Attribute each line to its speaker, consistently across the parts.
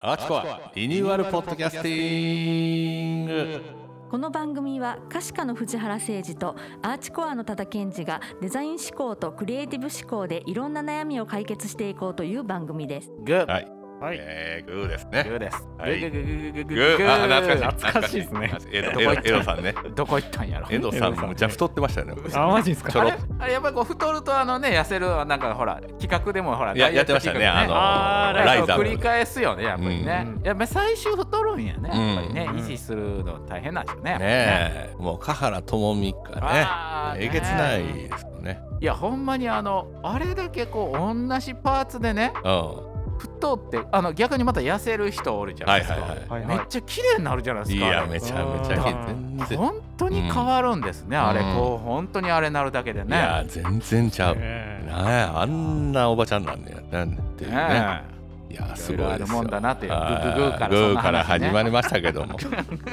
Speaker 1: アーチコアリニューアルポッドキャスティング
Speaker 2: この番組は歌詞家の藤原誠二とアーチコアの多田健二がデザイン思考とクリエイティブ思考でいろんな悩みを解決していこうという番組です。
Speaker 3: グー、
Speaker 1: はい
Speaker 4: はい。
Speaker 1: えー、グーですね
Speaker 3: グーです。
Speaker 1: はい
Speaker 3: グーグーグー
Speaker 1: グ
Speaker 3: グーグーグ
Speaker 1: ー
Speaker 3: ー。
Speaker 1: あ懐かしい
Speaker 4: 懐かしいですね
Speaker 1: 懐かしいエドエドエドさんね
Speaker 3: どこ行ったんやろ。
Speaker 1: エドさん
Speaker 4: エドさん
Speaker 1: むちゃ太ってましたよね
Speaker 4: あ、マジです
Speaker 1: ちょ
Speaker 4: か。
Speaker 1: ろ
Speaker 4: あ
Speaker 1: っ
Speaker 4: れ
Speaker 3: あれやっぱりこう太るとあのね痩せるなんかほら企画でもほ
Speaker 1: や
Speaker 3: らダイエ
Speaker 1: や
Speaker 3: ット
Speaker 1: ってましたね
Speaker 3: 企画
Speaker 1: あの
Speaker 3: あーライトを
Speaker 1: ライザップ
Speaker 3: 繰り返すよねやっぱりね。
Speaker 4: うん
Speaker 3: やっぱり最終太るんやねやっぱりね、
Speaker 4: うん
Speaker 3: 維持するの大変なんですよね。やっぱりね
Speaker 1: ねえもう香原朋美か
Speaker 3: あー
Speaker 1: ねえげつないですよね
Speaker 3: いやほんまにあのあれだけこう同じパーツでね
Speaker 1: うんは
Speaker 3: 太ってあの逆にまた痩せる人おるじ
Speaker 1: い
Speaker 3: ゃな
Speaker 1: はいい
Speaker 3: ですか、
Speaker 1: は
Speaker 4: はい
Speaker 3: めっ
Speaker 4: はい。
Speaker 3: ちゃ綺麗になるじゃないで
Speaker 1: い
Speaker 3: す
Speaker 1: い
Speaker 3: か
Speaker 1: や
Speaker 3: あれ
Speaker 1: めちゃめちゃ全然
Speaker 3: 本当に変わるんですね、
Speaker 1: うん
Speaker 3: あれこう本当にあれなるだけで
Speaker 1: い
Speaker 3: ね
Speaker 1: や全然ちゃう
Speaker 4: ええ
Speaker 1: なんやあんなおばちゃんなんねやなんていうね
Speaker 3: ね
Speaker 1: いやす
Speaker 3: いろ
Speaker 1: ご
Speaker 3: いろ
Speaker 1: いで
Speaker 3: ある
Speaker 1: すよ
Speaker 3: もんだなというグ
Speaker 1: はい
Speaker 3: ググーから
Speaker 1: グ
Speaker 3: そん
Speaker 1: ー
Speaker 3: な
Speaker 1: から
Speaker 3: 話ね
Speaker 1: 始まりましたけど も、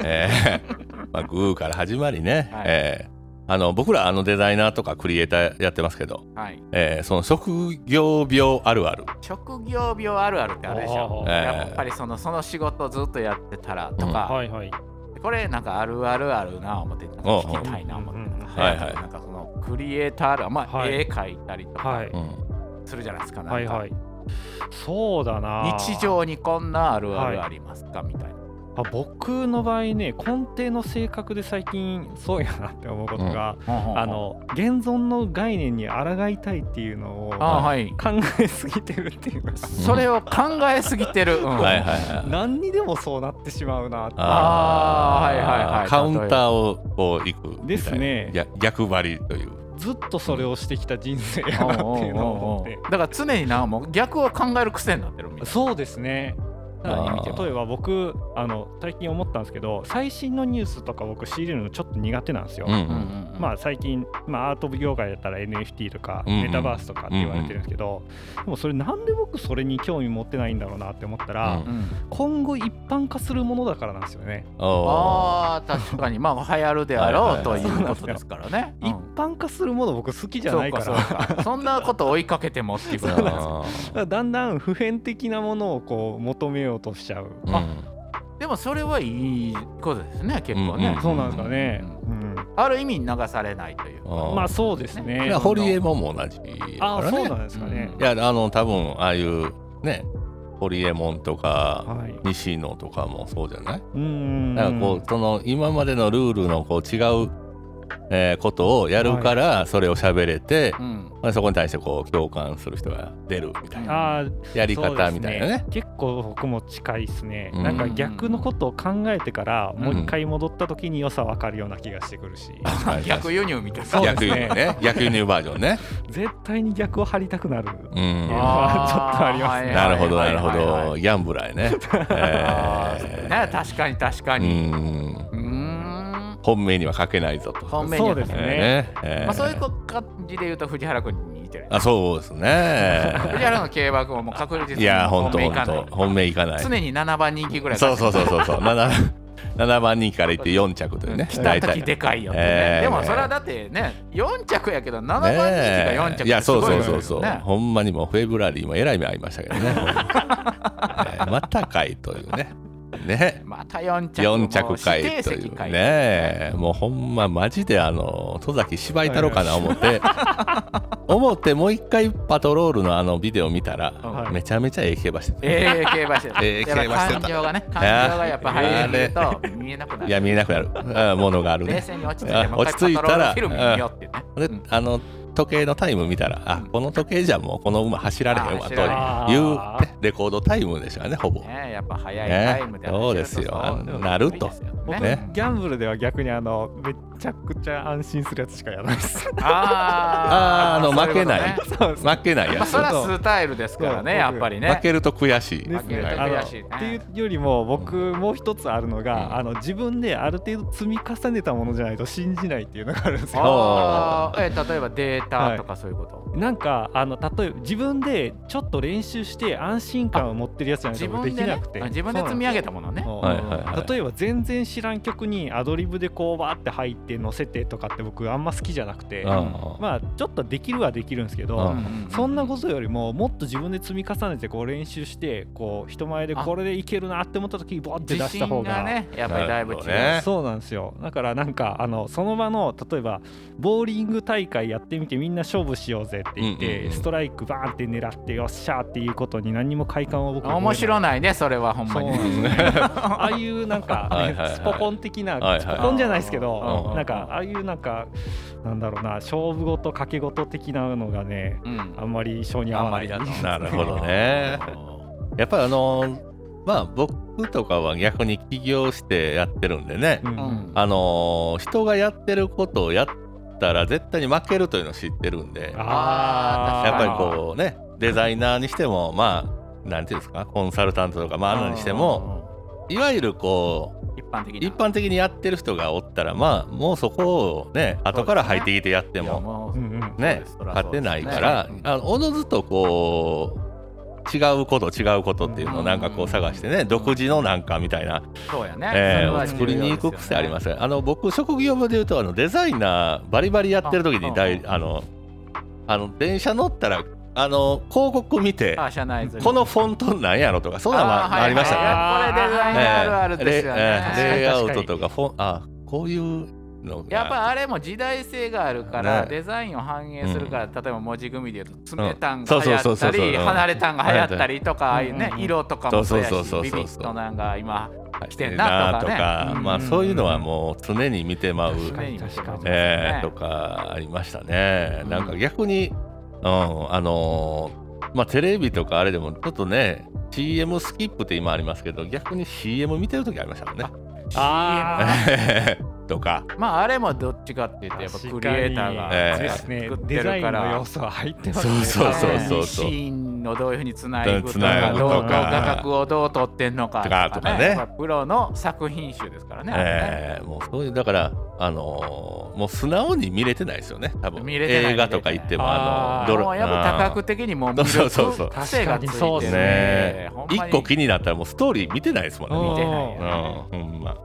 Speaker 1: えーまあ、グーから始まりね、
Speaker 3: はい
Speaker 1: えーあの僕らあのデザイナーとかクリエイターやってますけど、
Speaker 3: はい、
Speaker 1: えーその職業病あるある、
Speaker 3: 職業病あるあるってあるでしょ
Speaker 4: おー
Speaker 3: やっぱりそのその仕事ずっとやってたらとか、
Speaker 4: はいはい。
Speaker 3: これなんかあるあるあるな思ってなんか聞きたいな思って
Speaker 4: うんうんうん
Speaker 1: はいはい
Speaker 3: なんかそのクリエイターあるまあ、
Speaker 4: はい
Speaker 3: 絵描いたりと
Speaker 4: は
Speaker 3: か
Speaker 4: い。
Speaker 1: うん
Speaker 3: するじゃないですか,、
Speaker 4: はいはい。そうだな。
Speaker 3: 日。常にこんなあるあるありますか、みたいな
Speaker 4: あ、僕の場合ね、根底の性格で最近そうやなって思うことが、あの現存の概念に抗いたいっていうのを
Speaker 3: あ
Speaker 4: 考
Speaker 3: はい
Speaker 4: えすぎてるっていうか。
Speaker 3: それを考えすぎてる、う
Speaker 1: は
Speaker 3: ん
Speaker 1: いはいはい
Speaker 4: 何にでもそうなってしまうなって
Speaker 3: あーはいはいはい
Speaker 1: カウンターをこう行くみたいな
Speaker 4: ですね
Speaker 1: いや逆張りという
Speaker 4: ずっとそれをしてきた人生や
Speaker 3: お
Speaker 4: な
Speaker 3: う
Speaker 4: って
Speaker 3: おう
Speaker 4: いうのを
Speaker 3: おうお
Speaker 4: 思
Speaker 3: う
Speaker 4: って
Speaker 3: だから常になもう逆を考える癖になってるみたいな
Speaker 4: そうですね
Speaker 1: あー
Speaker 4: 例えば僕あの最近思ったんですけど最新のニュースとか僕仕入れるのちょっと苦手なんですよ、
Speaker 1: うんう
Speaker 3: うん
Speaker 1: ん
Speaker 3: うんうん
Speaker 4: まあ最近、まあ、アート業界だったら NFT とか
Speaker 1: うんうん
Speaker 4: メタバースとかって言われてるんですけど、でもそれなんで僕それに興味持ってないんだろうなって思ったら、
Speaker 1: うん
Speaker 3: うん
Speaker 4: 今後一般化するものだからなんですよね、
Speaker 1: お
Speaker 3: あー確かにまあ流行るであろうということですからね。
Speaker 4: 一般化するもの僕好きじゃ
Speaker 3: そ
Speaker 4: な
Speaker 3: う
Speaker 4: いか
Speaker 3: からそうかそんなこと追いかけてもっていうこ
Speaker 1: ー
Speaker 3: と
Speaker 4: なんです
Speaker 1: あ
Speaker 4: だからだんだん普遍的なものをこう求めようとしちゃう、
Speaker 1: ーうん
Speaker 3: でもそれはいいことですね結構
Speaker 1: うん
Speaker 3: ね
Speaker 1: ん。
Speaker 4: そうなんですかね、うん
Speaker 3: ある意味流されないという。
Speaker 1: あー
Speaker 4: まあそうです
Speaker 1: い
Speaker 4: ね
Speaker 1: やホリエモンも同じやから
Speaker 4: あ
Speaker 1: ね
Speaker 4: ーそうなんですかね、
Speaker 1: いやあの多分ああいうねホリエモンとか
Speaker 4: はい
Speaker 1: 西野とかもそうじゃない、
Speaker 4: うん
Speaker 1: なんかこうその今までのルールのこう違う、えーことをやるからそれを喋れて、
Speaker 3: うん
Speaker 1: まあ、そこに対してこう共感する人が出るみたいな
Speaker 4: あー
Speaker 1: やり
Speaker 4: そうで
Speaker 1: 方
Speaker 4: す
Speaker 1: みたいなね。
Speaker 4: 結構僕も近いですね、
Speaker 1: うん
Speaker 4: なんか逆のことを考えてから
Speaker 3: うん
Speaker 4: もう一回戻った時に良さ分かるような気がしてくるし、
Speaker 1: はい
Speaker 3: 逆輸入みたい
Speaker 4: そう
Speaker 3: な。
Speaker 1: 逆輸入ね逆輸入バージョンね。
Speaker 4: 絶対に逆を張りたくな
Speaker 1: う
Speaker 4: る、
Speaker 1: ん
Speaker 4: あーちょっとありますね
Speaker 1: なるほど
Speaker 3: は
Speaker 1: ないる
Speaker 3: はい
Speaker 1: ほ
Speaker 3: はいはい
Speaker 1: どギャンブラーや ね。
Speaker 3: あ
Speaker 1: え
Speaker 3: ー
Speaker 1: ー
Speaker 3: ね確かに確か
Speaker 1: う
Speaker 3: に。
Speaker 1: ん
Speaker 3: うーん。
Speaker 1: 本命には書けないぞと。
Speaker 3: 本命に
Speaker 4: そ
Speaker 3: は
Speaker 4: うです
Speaker 1: えー
Speaker 4: ね、
Speaker 1: えー
Speaker 3: まあそういう感じで言うと藤原君に似てる。
Speaker 1: あそうですね。
Speaker 3: 藤原の競馬君はもう確実
Speaker 1: い
Speaker 3: に
Speaker 1: や本
Speaker 3: 本
Speaker 1: 当
Speaker 3: 命いかない
Speaker 1: 本当本命いかない。
Speaker 3: 常に7番人気ぐらい
Speaker 1: そうそうそうそうそう7 7番人気からいって4着というね
Speaker 3: 来た時
Speaker 1: 体
Speaker 3: でかいよね、
Speaker 1: ええ
Speaker 3: でもそれはだってね4着やけど7番人気が4着って
Speaker 1: いや
Speaker 3: す
Speaker 1: そ
Speaker 3: ご
Speaker 1: う
Speaker 3: いよね
Speaker 1: そうそうそう、
Speaker 3: ね
Speaker 1: ほんまにもうフェブラリーもえらい目合いましたけどね、えーまたかいというねね
Speaker 3: また4着
Speaker 1: 4着かいと
Speaker 3: もう指定
Speaker 1: い
Speaker 3: 席
Speaker 1: う
Speaker 3: かい
Speaker 1: ねもうほんまマジであの戸崎芝居太郎かな思って思ってもう一回パトロールのあのビデオ見たら
Speaker 4: はい
Speaker 1: めちゃめちゃええ競馬してた、
Speaker 3: ええ競馬してた
Speaker 1: ええ
Speaker 3: やっぱ
Speaker 1: 競馬してた
Speaker 3: 感情がね感情がやっぱ入ると見えなくないる
Speaker 1: や見えなくなるうんものがあるね
Speaker 3: 冷静に落ち着いて
Speaker 1: あ
Speaker 3: もう一回
Speaker 1: 落ち着いたら
Speaker 3: パトロールフィルム見ようっていうね
Speaker 1: で、
Speaker 3: うん
Speaker 1: あの時計のタイム見たら、あ
Speaker 3: うん
Speaker 1: この時計じゃもうこの馬走られへん
Speaker 3: あ
Speaker 1: わ
Speaker 3: 走られへん
Speaker 1: というねレコードタイムでしたね、ほぼ。
Speaker 3: ねえやっぱ早いタイムで走ると
Speaker 1: ねそうですよ
Speaker 3: そ
Speaker 1: なると
Speaker 3: いいですよね
Speaker 4: 僕
Speaker 1: ね
Speaker 4: ギャンブルでは逆にあのめちゃくちゃ安心するやつしかやらないです
Speaker 1: あーあ
Speaker 3: あ
Speaker 1: の
Speaker 3: そううこ
Speaker 1: 負け
Speaker 3: とね
Speaker 1: ない
Speaker 4: そうです
Speaker 1: 負けない
Speaker 3: まあ
Speaker 1: やつ。
Speaker 3: それはスタイルですからね
Speaker 4: そう
Speaker 3: やっぱりね
Speaker 1: 負けると悔しい。
Speaker 4: ですね
Speaker 3: 負けると
Speaker 4: あの
Speaker 3: 悔
Speaker 4: っ
Speaker 3: しいね
Speaker 4: ていうよりも僕もう一つあるのが、
Speaker 1: うん
Speaker 4: あの自分である程度積み重ねたものじゃないと信じないっていうのがあるんですよ
Speaker 3: あーえ例えばデータとかそういうこと、
Speaker 4: なんかあの例えば自分でちょっと練習して安心感を持ってるやつじゃない
Speaker 3: 自
Speaker 4: と僕
Speaker 3: 分
Speaker 4: で
Speaker 3: で、
Speaker 4: き
Speaker 3: ね
Speaker 4: なくて、
Speaker 3: あ自分で積み上げたものね
Speaker 4: そう
Speaker 1: は
Speaker 4: ないんですよ
Speaker 1: はいはい
Speaker 4: 例えば全然知らん曲にアドリブでこうバーって入って載せてとかって僕あんま好きじゃなくて、
Speaker 1: うんうん
Speaker 4: まあちょっとできるはできるんですけど、
Speaker 1: うん
Speaker 4: そんなことよりももっと自分で積み重ねてこう練習してこう人前でこれでいけるなって思った時にボーって出
Speaker 3: 自
Speaker 4: した
Speaker 3: 信
Speaker 4: 方が
Speaker 3: がねやっぱりだいぶ違う、
Speaker 1: なるほどね
Speaker 4: そうなんですよだからなんかあのその場の例えばボーリング大会やってみてみんな勝負しようぜって言って、
Speaker 1: うんうんうん
Speaker 4: ストライクバーンって狙ってよっしゃーっていうことに何にも快感を僕は覚え
Speaker 3: 面白
Speaker 4: い
Speaker 3: ないねそれはほんま
Speaker 4: そう
Speaker 3: に
Speaker 4: なんですね ああいうなんか、ね
Speaker 1: はいはいはい
Speaker 4: スポコン的な、
Speaker 1: はいはい
Speaker 4: スポコンじゃないですけど、
Speaker 1: うん
Speaker 4: なんかああいうなんかなんだろうな勝負事掛け事的なのがね
Speaker 3: うん
Speaker 4: あんまり性に合わない
Speaker 3: あんまりだと
Speaker 1: なるほどね。やっぱりあのまあ僕とかは逆に起業してやってるんでね、
Speaker 4: うん
Speaker 3: うん
Speaker 1: あの人がやってることをやったら絶対に負けるというのを知ってるんで
Speaker 4: あー
Speaker 1: やっぱりこうねデザイナーにしてもまあなんていうんですかコンサルタントとかまああるにしてもいわゆるこう
Speaker 3: 一般的な
Speaker 1: 一般的にやってる人がおったらまあもうそこをね後から入ってきてやって
Speaker 3: で
Speaker 1: も
Speaker 3: も
Speaker 4: うんうん
Speaker 1: ね
Speaker 3: そうですそらそうで
Speaker 1: 勝て
Speaker 3: す
Speaker 1: ないから、
Speaker 3: ね
Speaker 1: あのおのずとこう違うこと違うことっていうのをなんかこ
Speaker 3: う
Speaker 1: うん探してね独自のなんかみたいな、
Speaker 3: そうやね、
Speaker 1: えー
Speaker 3: それは
Speaker 1: を作りに行く癖ありますすねあの僕職業部でいうとあのデザイナーバリバリやってる時にだい
Speaker 3: うん
Speaker 1: あのあの電車乗ったらあの広告見て
Speaker 3: あ社内釣り
Speaker 1: このフォントなんやろとかそんなのもあありましたね。
Speaker 3: はいはいはいこれデザインあるあるですよね、
Speaker 1: えーレえーレイアウト
Speaker 4: 確か
Speaker 1: とかフォンあこういうのが
Speaker 3: やっぱあれも時代性があるから、
Speaker 1: ね
Speaker 3: デザインを反映するから、例えば文字組みで言うと冷たん
Speaker 1: そう
Speaker 3: が流
Speaker 1: そう
Speaker 3: 行
Speaker 1: そう
Speaker 3: っ
Speaker 1: そ
Speaker 3: た
Speaker 1: うそう
Speaker 3: り
Speaker 1: うん
Speaker 3: 離れたんが流行ったりとか、ああいうね、
Speaker 4: うんうん
Speaker 3: 色とかもそうやし
Speaker 1: そうそうそうそう
Speaker 3: ビビッとなんか今
Speaker 1: 来
Speaker 3: てんなとかね
Speaker 4: うん
Speaker 1: まあそういうのはもう常に見てまう。
Speaker 4: 確かに
Speaker 3: 常に見てますね
Speaker 1: えーとかありましたね。なんか逆に、うん、あのーまあテレビとかあれでもちょっとね、CM スキップって今ありますけど、逆に CM 見てる時ありましたもんね。
Speaker 4: あ
Speaker 1: とか、
Speaker 3: まああれもどっちかって言ってやっぱクリエイターが
Speaker 1: ええ
Speaker 4: ですね
Speaker 3: 作っ、て
Speaker 4: デザイ
Speaker 3: る
Speaker 4: ン
Speaker 3: から、
Speaker 4: の要素は入ってますね。
Speaker 1: そうそうそうそう
Speaker 3: シーンをどういうふうにつないぐと
Speaker 1: 繋
Speaker 3: か
Speaker 4: ぐ
Speaker 3: ど
Speaker 4: と
Speaker 3: う
Speaker 4: か
Speaker 3: どう画角をどう撮ってんのか
Speaker 1: とかとかね
Speaker 3: やっぱプロの作品集ですからね。
Speaker 1: えーもうそういうだからあのーもう素直に見れてないですよね。多分
Speaker 3: 見れてない
Speaker 1: 映画とか行っても
Speaker 4: あ
Speaker 1: あ
Speaker 4: ー
Speaker 1: の
Speaker 3: もうやっぱ多角
Speaker 1: うん
Speaker 3: 的にもう魅
Speaker 1: そうそうそう
Speaker 3: 力癖がつ
Speaker 4: 確かにそ
Speaker 3: いう
Speaker 4: で
Speaker 3: てる
Speaker 4: す
Speaker 3: んで
Speaker 1: ね
Speaker 3: ほんま
Speaker 1: 一個気になったらもうストーリー見てないですもんね。
Speaker 3: 見てないよ
Speaker 1: う
Speaker 3: ね
Speaker 1: ん、ほんま。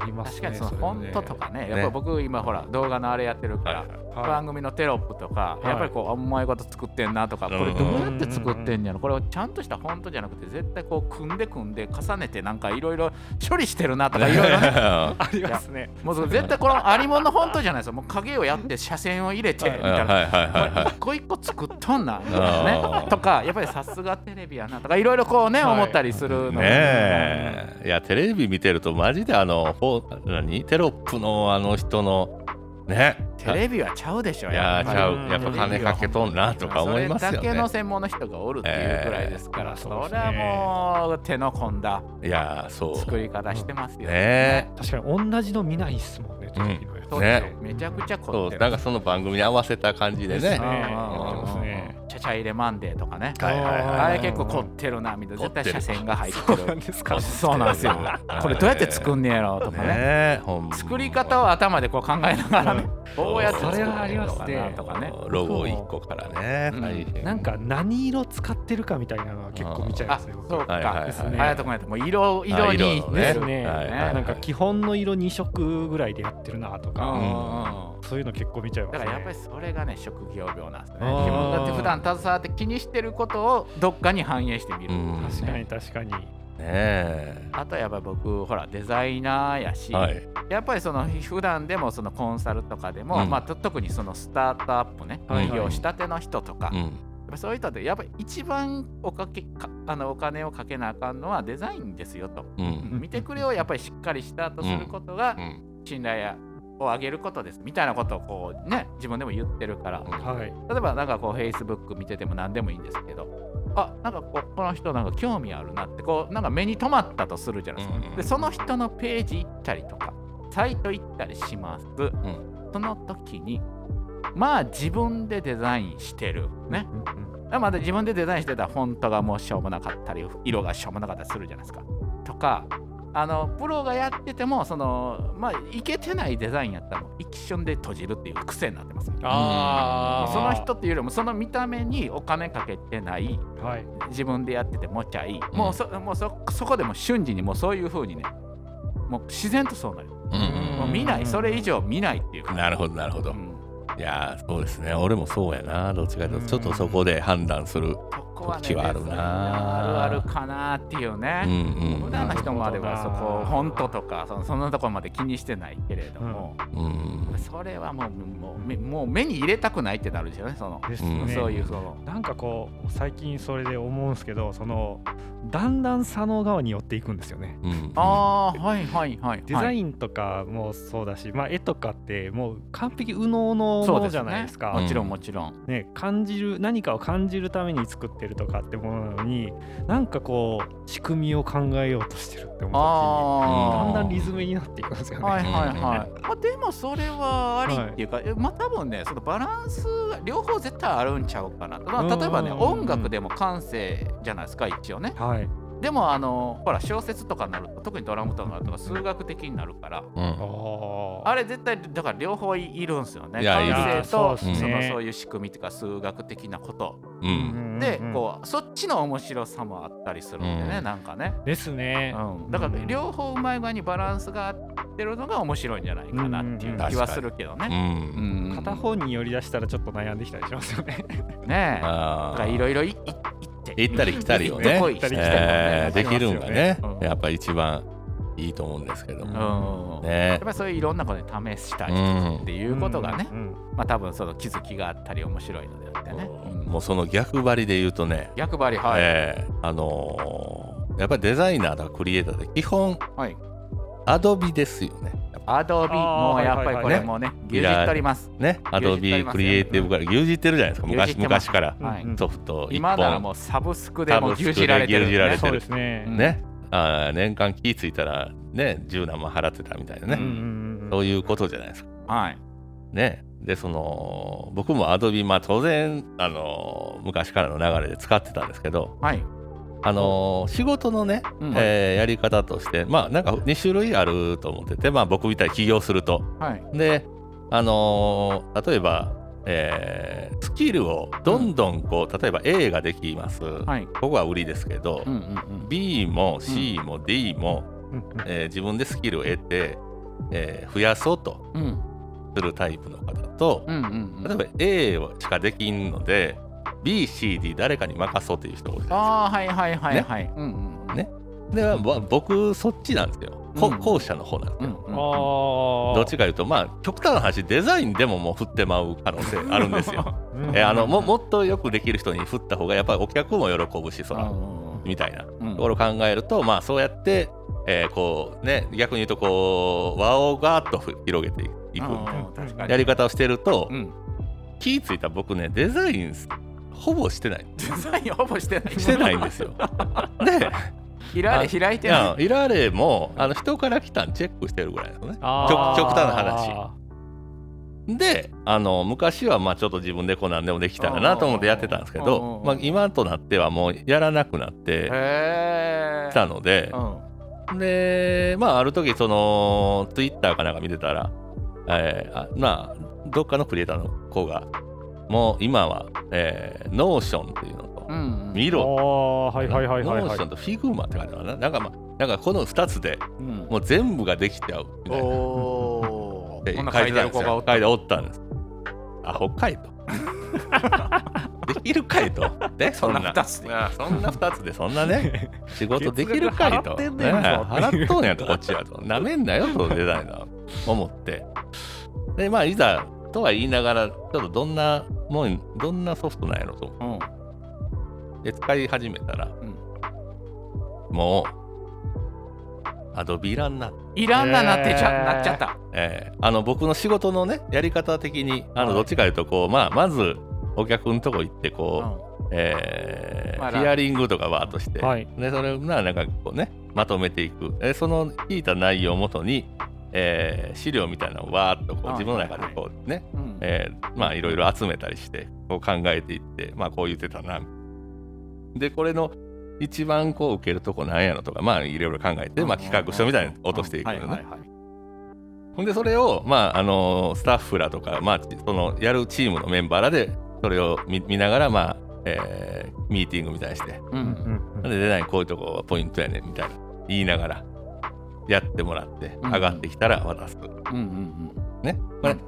Speaker 4: あります
Speaker 3: 確
Speaker 4: ね。
Speaker 3: かにそのフォントとかねやっぱり僕今ほら動画のあれやってるから、
Speaker 4: それね、
Speaker 3: 番組のテロップとか、
Speaker 4: い
Speaker 3: やっぱりこうあうまいこと作ってんなと
Speaker 1: う
Speaker 3: か、
Speaker 1: ん
Speaker 3: これどうやって作ってんやろこれをちゃんとしたフォントじゃなくて絶対こう組んで組んで重ねてなんかいろいろ処理してるなとかいろい ろね
Speaker 4: ありますね。
Speaker 3: もう絶対このありもんのフォントじゃないですよもう影をやって斜線を入れてみ
Speaker 1: うん
Speaker 3: た
Speaker 1: はいい
Speaker 3: な。
Speaker 1: はいはいはい。
Speaker 3: 一個一個作っとんなみたいな
Speaker 1: あ
Speaker 3: ね
Speaker 1: ー
Speaker 3: とかやっぱりさすがテレビやなとかいろいろこうね
Speaker 4: はい
Speaker 3: 思ったりするのが
Speaker 1: ねえいやテレビ見てるとマジであのほう何テロップのあの人のね
Speaker 3: テレビはちゃうでしょ
Speaker 1: いや
Speaker 3: っぱ
Speaker 1: ち
Speaker 3: り
Speaker 1: ゃ
Speaker 4: う
Speaker 1: うんやっぱ金かけとんなとか思いますよ
Speaker 3: それだけの
Speaker 1: ね
Speaker 3: 専門の人がおるっていうぐらいですから、
Speaker 4: えー
Speaker 3: それはもう手の込んだ
Speaker 1: いやそ
Speaker 3: 作り方してます
Speaker 1: う
Speaker 3: よ
Speaker 1: ね
Speaker 4: 確かに同じの見ないっすもんね。テレビのやつ
Speaker 3: そう
Speaker 1: ね
Speaker 3: ですよめちゃくちゃ凝
Speaker 1: そ
Speaker 3: っ
Speaker 1: う
Speaker 3: て
Speaker 1: なん
Speaker 3: る
Speaker 1: かその番組に合わせた感じでね
Speaker 4: ね
Speaker 3: うん
Speaker 1: やってます
Speaker 4: ね
Speaker 3: ちゃちゃ入れマンデーとかね
Speaker 1: はいはいはい
Speaker 3: あれ結構凝ってるなみたいな絶対斜線が入って
Speaker 4: そうなん
Speaker 3: る
Speaker 4: ですか。
Speaker 3: そうなんで すよこれどうやって作んねやろうとか
Speaker 1: ね
Speaker 3: ね
Speaker 1: えほんま
Speaker 3: 作り方を頭でこう考えながらねどうやって作って
Speaker 4: それはあり
Speaker 3: る
Speaker 4: ま
Speaker 3: の
Speaker 4: す
Speaker 3: か
Speaker 4: ね
Speaker 3: なとかね
Speaker 1: ロゴ一個からね
Speaker 3: うん
Speaker 1: 大変
Speaker 4: なんか何色使ってるかみたいなのは結構見ちゃいま
Speaker 3: あ
Speaker 4: すね。僕
Speaker 3: そう
Speaker 1: はいはい
Speaker 3: か
Speaker 1: はい
Speaker 4: ですね
Speaker 3: あやとくんやったらもう色色
Speaker 1: あ色
Speaker 3: に
Speaker 1: の
Speaker 4: で
Speaker 1: ね
Speaker 4: すね。
Speaker 1: はいはいはい
Speaker 4: なんか基本の色2色ぐらいでやってるなと
Speaker 3: うん
Speaker 4: か、
Speaker 3: うんうん
Speaker 4: そういうの結構見ちゃいます
Speaker 3: だ
Speaker 4: ね。
Speaker 3: からやっぱりそれがね職業病なんですね
Speaker 4: あー
Speaker 3: 自分だって普段携わって気にしてることをどっかに反映してみる、
Speaker 1: うん
Speaker 4: 確か
Speaker 3: ね
Speaker 4: に確かに。
Speaker 1: ねえ
Speaker 3: あとはやっぱり僕ほらデザイナーやし、
Speaker 1: はい
Speaker 3: やっぱりその普段でもそのコンサルとかでも、
Speaker 1: うん
Speaker 3: まあ、と特にそのスタートアップね
Speaker 1: はい
Speaker 3: 起業したての人とか、
Speaker 1: う
Speaker 3: やっ
Speaker 1: ん
Speaker 3: ぱそういう人ってやっぱり一番おかけかあのお金をかけなあかんのはデザインですよと、
Speaker 1: うん
Speaker 3: 見てくれをやっぱりしっかりスタートすることが
Speaker 1: うん
Speaker 3: 信頼を上げることですみたいなことをこうね自分でも言ってるから、
Speaker 4: はい。
Speaker 3: 例えばなんかこう Facebook 見てても何でもいいんですけどあなんかこうこの人なんか興味あるなってこうなんか目に留まったとするじゃないですか、
Speaker 1: うんうん
Speaker 3: でその人のページ行ったりとかサイト行ったりします、
Speaker 1: ん
Speaker 3: その時にまあ自分でデザインしてるねまだ自分でデザインしてたフォントがもうしょうもなかったり色がしょうもなかったりするじゃないですかとかあのプロがやっててもそのまあいけてないデザインやったらもう一瞬で閉じるっていう癖になってます
Speaker 1: あ
Speaker 3: その人っていうよりもその見た目にお金かけてない
Speaker 4: 人。はい。
Speaker 3: 自分でやっててもちゃいい、
Speaker 1: うん
Speaker 3: もうそもうそそこでもう瞬時にもうそういう風にねもう自然とそうなる、
Speaker 1: うんうん
Speaker 3: もう見ないそれ以上見ないっていうか
Speaker 1: なるほどなるほど、
Speaker 3: うん
Speaker 1: いやーそうですね俺もそうやなどっちかというとちょっとそこで判断する
Speaker 3: そこはね
Speaker 1: 時はあるな
Speaker 3: あるあるかなっていうね、
Speaker 1: うんうん
Speaker 3: 普段の人まではそ
Speaker 4: なるほど
Speaker 3: こ
Speaker 4: な
Speaker 3: 本当とかそのそんなところまで気にしてないけれども、
Speaker 1: うん
Speaker 3: それはもうもうめもう目に入れたくないってなるんですよねその、
Speaker 4: です
Speaker 1: うん
Speaker 4: ね
Speaker 3: そういうその
Speaker 4: なんかこう最近それで思うんですけどそのだんだん左脳側に寄っていくんですよね。
Speaker 1: うん
Speaker 3: ああはいはいはい
Speaker 4: デザ
Speaker 3: ン
Speaker 4: インとかもそうだし、まあ、絵とかってもう完璧右脳のものじゃないですか
Speaker 1: そう
Speaker 3: も
Speaker 1: です
Speaker 3: ちろんもちろん、
Speaker 4: ね感じる何かを感じるために作ってるとかってものなのになんかこう仕組みを考えようとしてるって思う時
Speaker 3: あ
Speaker 4: に
Speaker 3: あ
Speaker 4: だんだんリズムになっていくんですよね。
Speaker 3: はいはいはい、まあ、でもそれはありっていうか、えまあ多分ねそのバランスが両方絶対あるんちゃうかなと、まあ、例えばね
Speaker 4: うん
Speaker 3: 音楽でも感性じゃないですか一応ね
Speaker 4: はい、
Speaker 3: でもあのほら小説とかになると特にドラムとかになると数学的になるから
Speaker 1: うん
Speaker 4: あ
Speaker 3: あれ絶対だから両方いるんですよね
Speaker 1: いやいる
Speaker 3: 感性と
Speaker 4: い
Speaker 3: そ
Speaker 1: やそうっす
Speaker 3: の
Speaker 4: ね
Speaker 3: そういう仕組みとか数学的なこと
Speaker 1: う
Speaker 4: れ
Speaker 1: ん
Speaker 3: でこうそっちの面白さもあったりするんでね
Speaker 1: うん
Speaker 3: なんかね
Speaker 4: うですね。
Speaker 3: うん、だから両方うまい具合にバランスが合ってるのが面白いんじゃないかなっていう気はするけど
Speaker 1: う
Speaker 3: ね。うんん
Speaker 4: 片方に寄り出したらちょっと悩んできたりしますよね。
Speaker 3: ねえ
Speaker 1: あ
Speaker 3: なんか
Speaker 1: ー
Speaker 3: いろいろいいって
Speaker 1: 行ったり来たりをね
Speaker 3: 行ってこい行ったり来たりもね
Speaker 1: えーできるんがね
Speaker 3: しますよねうん
Speaker 1: やっぱ一番いいと思うんですけど
Speaker 3: う
Speaker 1: も
Speaker 3: んや
Speaker 1: ね
Speaker 3: っぱりそういういろんなことで試したりっていうことがね、
Speaker 4: うん
Speaker 3: まあ多分その気づきがあったり面白いのであってね。うん
Speaker 1: もうその逆張りで言うとね
Speaker 3: 逆張りはい、
Speaker 1: えーあのーやっぱりデザイナーとかクリエイターって基本
Speaker 3: はい。
Speaker 1: アドビですよねやっぱ
Speaker 3: アドビ
Speaker 4: あー
Speaker 3: もうやっぱりこれもね牛
Speaker 1: い
Speaker 3: 耳
Speaker 1: ら
Speaker 3: っております。
Speaker 1: ねアドビクリエイティブから牛耳ってるじゃないですか
Speaker 3: 牛耳っ
Speaker 1: 昔
Speaker 3: てます
Speaker 1: 昔から
Speaker 3: はい
Speaker 4: うん
Speaker 1: ソフト一
Speaker 3: 今なら
Speaker 1: 本
Speaker 3: もうサブスクでもう牛耳られてるんで
Speaker 1: サブスクで牛耳られてる
Speaker 4: そうですね。
Speaker 3: うん
Speaker 1: ねあー年間気ぃついたらね10何万払ってたみたいなね、
Speaker 4: うんうんうん
Speaker 1: そういうことじゃないですか。
Speaker 3: はい。
Speaker 1: ね、でその僕もアドビまあ当然あの昔からの流れで使ってたんですけど
Speaker 3: はい。
Speaker 1: あの仕事のね、
Speaker 3: うん
Speaker 1: えーやり方としてまあなんか2種類あると思ってて、まあ、僕みたいに起業すると。
Speaker 3: はい。
Speaker 1: であの例えば、えースキルをどんどんこう例えば A ができます、
Speaker 3: はい。
Speaker 1: ここは売りですけど、
Speaker 3: うんうんうん。
Speaker 1: B も C も D も、
Speaker 4: うんうん
Speaker 1: えー自分でスキルを得て、えー増やそうと
Speaker 3: うん
Speaker 1: するタイプの方と、
Speaker 3: うんうんう
Speaker 1: 例え
Speaker 3: ん。
Speaker 1: ば A しかできんので BCD 誰かに任そうっていう人多いじゃない
Speaker 3: ああはいはいはいはい。うんうんうん。
Speaker 1: ねですかでわ僕そっちなんですよ、こ
Speaker 3: うん
Speaker 1: 後者の方なんです
Speaker 3: うんう
Speaker 1: よ、
Speaker 3: んうん。
Speaker 1: ど
Speaker 4: ど
Speaker 1: っちかいうとまあ極端な話デザインでももう振ってまう可能性あるんですよえあのももっとよくできる人に振った方がやっぱりお客も喜ぶしそらみたいな
Speaker 3: うん
Speaker 1: ところを考えると、まあそうやって、えーこうね逆に言うとこう輪をガーッと広げていく
Speaker 3: うん確かに
Speaker 1: やり方をしてると、
Speaker 3: うん。
Speaker 1: 気ぃついた僕ねデザインほぼしてない
Speaker 3: デザインほぼしてない。
Speaker 1: してないんですよ。 で、
Speaker 3: 開いて開い
Speaker 1: い
Speaker 3: て
Speaker 1: や
Speaker 3: ない。
Speaker 1: イラーレもあの人から来たんチェックしてるぐらいですね。
Speaker 4: あー
Speaker 1: 極極端な話で、あの昔はまあちょっと自分でこう何でもできたらなと思ってやってたんですけ
Speaker 3: うんう
Speaker 1: ど
Speaker 3: ん、
Speaker 1: まあ、今となってはもうやらなくなって
Speaker 3: へえ。
Speaker 1: きたので
Speaker 3: う、ん。
Speaker 1: で、まあある時そのツイッターかなんか見てたら、えーあまあどっかのクリエイターの子が、もう今は、えー、ノーションっていうのと
Speaker 3: う、ん。
Speaker 1: ミ
Speaker 4: あ
Speaker 1: ロ
Speaker 4: あはいはいはいはい
Speaker 1: ノー
Speaker 4: はい
Speaker 1: ションとフィグマって書いてあるかな。なんかまあ、なんかこの2つで
Speaker 3: うん。
Speaker 1: もう全部ができちゃうみ
Speaker 3: お
Speaker 1: たいな。
Speaker 3: おー。
Speaker 1: で
Speaker 3: こんな
Speaker 1: 書
Speaker 3: 書
Speaker 1: いて
Speaker 3: い
Speaker 1: たんで
Speaker 3: てある
Speaker 1: す
Speaker 3: 子がお
Speaker 1: よ
Speaker 3: っ。た
Speaker 1: 書いておったんです。アホかいと。 できるかいと。ね、そんな。
Speaker 3: そんな二つで
Speaker 1: いやそんな2つで、そんな ね、仕事できるかいと。
Speaker 4: 月額払ってん
Speaker 1: ね
Speaker 4: ねんぞってい
Speaker 1: 払
Speaker 4: う
Speaker 1: っとんやと、こっちはと。なめんなよと、デザイナー。思って。で、まあ、いざとは言いながら、ちょっとどんなもん、どんなソフトなんやろと。
Speaker 3: うん。
Speaker 1: で、使い始めたら、
Speaker 3: ん
Speaker 1: もう、アドビいらんな。
Speaker 3: いらんななってち
Speaker 4: へ
Speaker 3: ゃ
Speaker 4: ー
Speaker 3: なっちゃった。
Speaker 1: えーあの僕の仕事のねやり方的にあ
Speaker 3: は
Speaker 1: の
Speaker 3: い
Speaker 1: どっちかいうとこう、まあ、まずお客のとこ行ってこう、えー
Speaker 3: まあ
Speaker 1: ヒアリングとかわーっとして、
Speaker 4: はい
Speaker 1: でそれをななんかこうねまとめていくでその聞いた内容をもとに、えー資料みたいなのをわーっとこう
Speaker 3: はい
Speaker 1: 自分の中でこうね、
Speaker 3: うん。うん
Speaker 1: えーまあいろいろ集めたりしてこう考えていってまあこう言ってたなでこれの一番こう受けるとこなんやろとかまあいろいろ考えて、まあ、企画書みたいに落としていくのね、
Speaker 3: はいはいはい
Speaker 1: ほんでそれを、まああのスタッフらとか、まあ、そのやるチームのメンバーらでそれを見見ながら、まあえーミーティングみたいにして
Speaker 4: うん
Speaker 3: うん
Speaker 4: うんうん
Speaker 1: なんでデザインこういうとこがポイントやねんみたいな言いながらやってもらって、
Speaker 3: うん
Speaker 1: 上がってきたら渡す。
Speaker 3: うんうん
Speaker 1: ね、こ
Speaker 3: う
Speaker 1: れ
Speaker 3: ん、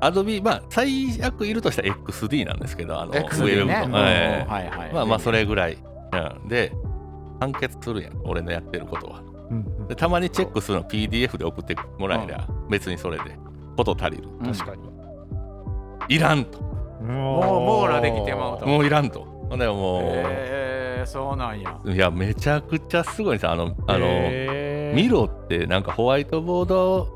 Speaker 1: アドビ、まあ、最悪いるとしたら XD なんですけど、あ
Speaker 3: う
Speaker 1: の、
Speaker 3: ん。XD ね。うんうん
Speaker 1: ええ
Speaker 3: はいはい。
Speaker 1: まあまあ、それぐらい。うん、で、完結するやん、俺のやってることは。
Speaker 4: うん
Speaker 1: でたまにチェックするの PDF で送ってもらえりゃ、別にそれで、こと足りる。
Speaker 3: うん
Speaker 4: 確かに。
Speaker 1: いらんと。
Speaker 4: も
Speaker 3: 網羅できてまうと
Speaker 1: もういらんと。ほんでも
Speaker 3: ええ、そうなんや。
Speaker 1: う、いや、めちゃくちゃすごいんですよ。あの、あの、
Speaker 3: へー
Speaker 1: ミロってなんかホワイトボード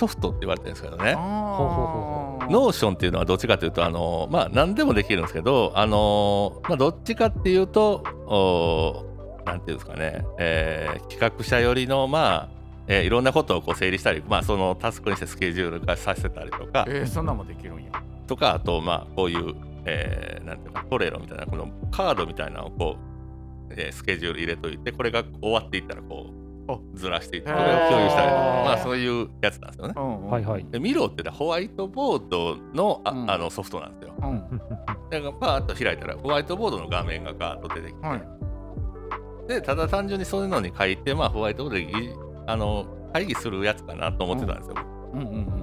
Speaker 1: ソフトって言われてるんですけどね。
Speaker 4: ほうほ
Speaker 3: あー
Speaker 1: ノーションっていうのはどっちかというとあの、まあ、何でもできるんですけど、あのまあ、どっちかっていうとおーなんていうんですかね、えー企画者寄りの、まあえーいろんなことをこう整理したり、まあ、そのタスクにしてスケジュール化させたりとか
Speaker 3: えーそんなんもできるんや。
Speaker 1: とかあと、まあ、こういう、えーなんていうかトレロみたいなこのカードみたいなのをこう、えースケジュール入れといてこれが終わっていったらこ
Speaker 3: あ
Speaker 1: うずらしていってこれを共有したりとか、
Speaker 3: へー
Speaker 1: まあ、そういうやつなんですよね。
Speaker 3: うん
Speaker 4: はいはい。
Speaker 1: でミロってねホワイトボードのあ,、
Speaker 3: うん
Speaker 1: あのソフトなんですよ。
Speaker 3: うん
Speaker 1: だからパーッと開いたらホワイトボードの画面がガーッと出てきて、
Speaker 3: はい
Speaker 1: でただ単純にそういうのに書いて、まあ、ホワイトボードでぎあの会議するやつかなと思ってたんですよ。
Speaker 3: うんうん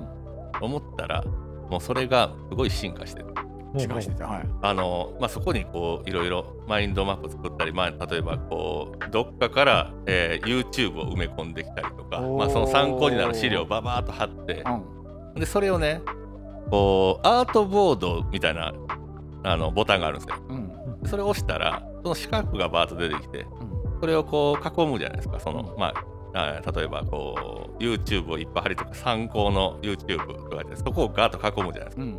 Speaker 1: 思ったらもうそれがすごい進化してる
Speaker 3: うん。違うしてた。はい。
Speaker 1: あの、まあ、そこにこういろいろマインドマップ作ったり、まあ、例えばこうどっかから、えー YouTube を埋め込んできたりとか、
Speaker 3: お
Speaker 1: ま
Speaker 3: ー
Speaker 1: あ、その参考になる資料をババーっと貼って。
Speaker 3: うん。
Speaker 1: でそれをねこうアートボードみたいなあのボタンがあるんですよ
Speaker 3: うん。
Speaker 1: でそれを押したらその四角がバーッと出てきてそれをこう囲むじゃないですかその、まああー例えばこう YouTube をいっぱい貼りとか参考の YouTube とかでそこをガーッと囲むじゃないですか
Speaker 3: うん。うん。